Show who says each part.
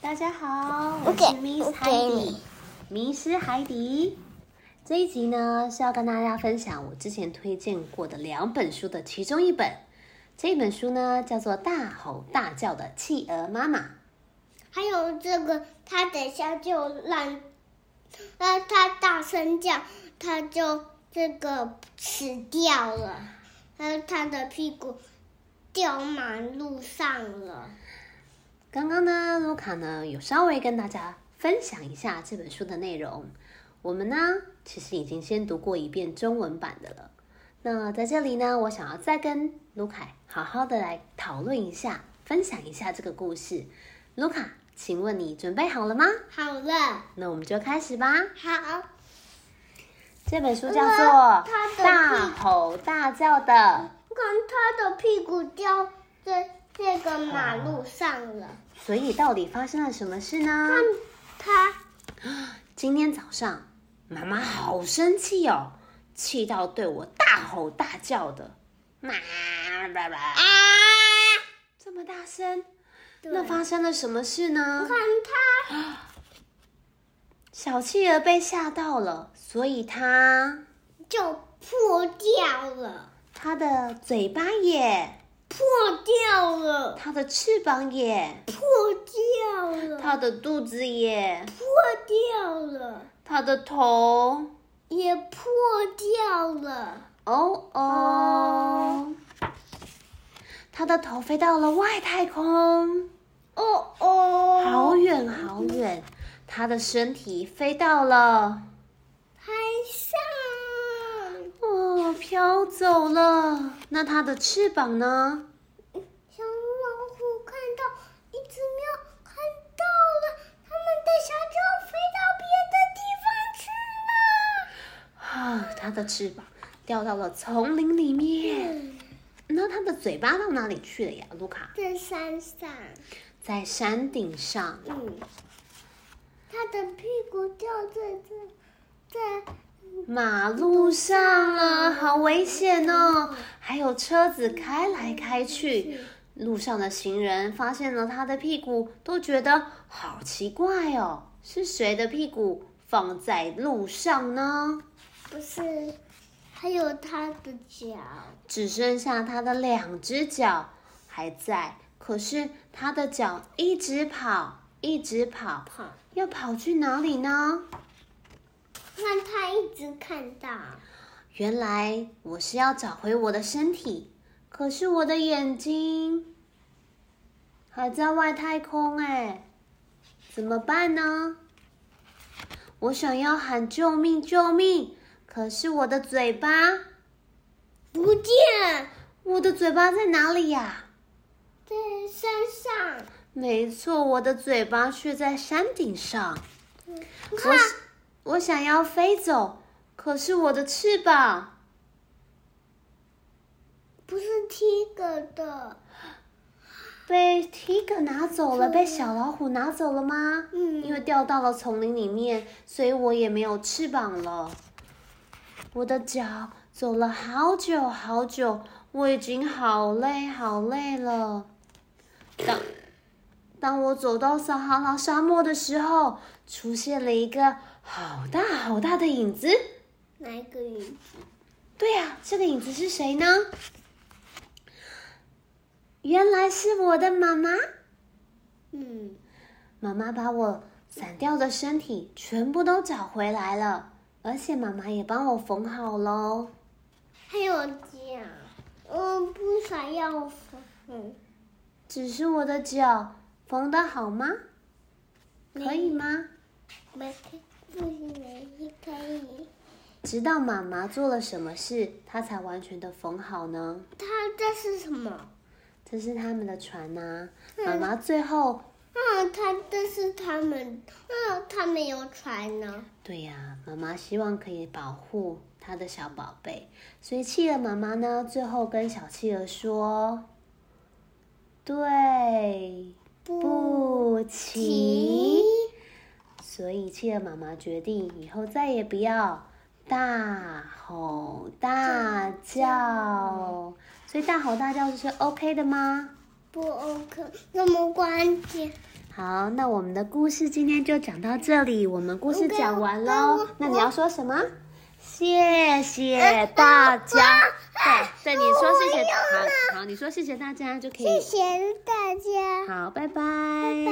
Speaker 1: 大家好，
Speaker 2: 我
Speaker 1: 我
Speaker 2: 给
Speaker 1: 是 Miss
Speaker 2: 我给
Speaker 1: 海底
Speaker 2: 你，
Speaker 1: 迷失海底。这一集呢是要跟大家分享我之前推荐过的两本书的其中一本。这一本书呢叫做《大吼大叫的企鹅妈妈》。
Speaker 2: 还有这个，他等一下就让，呃，他大声叫，他就这个死掉了，呃，他的屁股掉满路上了。
Speaker 1: 刚刚呢，卢卡呢有稍微跟大家分享一下这本书的内容。我们呢其实已经先读过一遍中文版的了。那在这里呢，我想要再跟卢凯好好的来讨论一下，分享一下这个故事。卢卡，请问你准备好了吗？
Speaker 2: 好了，
Speaker 1: 那我们就开始吧。
Speaker 2: 好，
Speaker 1: 这本书叫做《
Speaker 2: 他的
Speaker 1: 大
Speaker 2: 屁
Speaker 1: 吼大叫的
Speaker 2: 看他的屁股掉在这个马路上了。》，
Speaker 1: 所以到底发生了什么事呢？
Speaker 2: 他
Speaker 1: 今天早上，妈妈好生气哦，气到对我大吼大叫的，妈爸爸
Speaker 2: 啊，
Speaker 1: 这么大声，
Speaker 2: 对
Speaker 1: 那发生了什么事呢
Speaker 2: 看？他
Speaker 1: 小企鹅被吓到了，所以它
Speaker 2: 就破掉了，
Speaker 1: 它的嘴巴也，
Speaker 2: 破掉了，
Speaker 1: 它的翅膀也，
Speaker 2: 破掉了。
Speaker 1: 它的肚子也，
Speaker 2: 破掉了，
Speaker 1: 它的头，
Speaker 2: 也破掉了，
Speaker 1: 哦哦，它的头飞到了外太空。
Speaker 2: 哦哦，
Speaker 1: 好远好远，它的身体飞到了，
Speaker 2: 海上
Speaker 1: 哦，飘走了。那它的翅膀呢？
Speaker 2: 小老虎看到一只喵，看到了，它们的小就飞到别的地方去了。
Speaker 1: 啊，它的翅膀掉到了丛林里面。那它的嘴巴到哪里去了呀？卢卡
Speaker 2: 在山上，
Speaker 1: 在山顶上，
Speaker 2: 嗯，它的屁股掉在这，在
Speaker 1: 马路上了，好危险哦！还有车子开
Speaker 2: 嗯
Speaker 1: 来开去，路上的行人发现了他的屁股，都觉得好奇怪哦，是谁的屁股放在路上呢？
Speaker 2: 不是，还有它的脚，
Speaker 1: 只剩下他的两只脚还在，可是他的脚一直跑，一直跑，
Speaker 2: 跑，
Speaker 1: 要跑去哪里呢？
Speaker 2: 让它一直看到。
Speaker 1: 原来我是要找回我的身体，可是我的眼睛还在外太空哎，怎么办呢？我想要喊救命救命，可是我的嘴巴，
Speaker 2: 不见，
Speaker 1: 我的嘴巴在哪里呀、
Speaker 2: 在山上。
Speaker 1: 没错，我的嘴巴却在山顶上。
Speaker 2: 你
Speaker 1: 我
Speaker 2: 看，
Speaker 1: 想我想要飞走，可是我的翅膀。
Speaker 2: 不是 Tiger 的，
Speaker 1: 被 Tiger 拿走了，被小老虎拿走了吗？
Speaker 2: 嗯
Speaker 1: 因为掉到了丛林里面，所以我也没有翅膀了。我的脚走了好久好久，我已经好累好累了。当当我走到撒哈拉沙漠的时候，出现了一个好大好大的影子。
Speaker 2: 哪一个影？
Speaker 1: 对呀、这个影子是谁呢？原来是我的妈妈。
Speaker 2: 嗯，
Speaker 1: 妈妈把我散掉的身体全部都找回来了，而且妈妈也帮我缝好哦喽。
Speaker 2: 还有脚，我不想要缝，嗯，
Speaker 1: 只是我的脚缝的好吗？
Speaker 2: 没
Speaker 1: 可以吗？
Speaker 2: 没不行，没可以。
Speaker 1: 直到妈妈做了什么事，它才完全的缝好呢？
Speaker 2: 它这是什么？
Speaker 1: 这是他们的船呐、
Speaker 2: 嗯
Speaker 1: 妈妈最后，
Speaker 2: 嗯，它这是他们，嗯，他们有船呢。
Speaker 1: 对呀、妈妈希望可以保护她的小宝贝，所以企鹅妈妈呢，最后跟小企鹅说：“对，不
Speaker 2: 急
Speaker 1: 起，，所以企鹅妈妈决定以后再也不要大吼大叫。所以大吼大叫是 OK 的吗？
Speaker 2: 不 OK，那么关键。
Speaker 1: 好，那我们的故事今天就讲到这里，我们故事讲完
Speaker 2: 我跟
Speaker 1: 喽
Speaker 2: 我。
Speaker 1: 那你要说什么？谢谢大家。对对，你说谢谢。好好，你说谢谢大家就可以
Speaker 2: 谢。谢大家。
Speaker 1: 好，拜拜。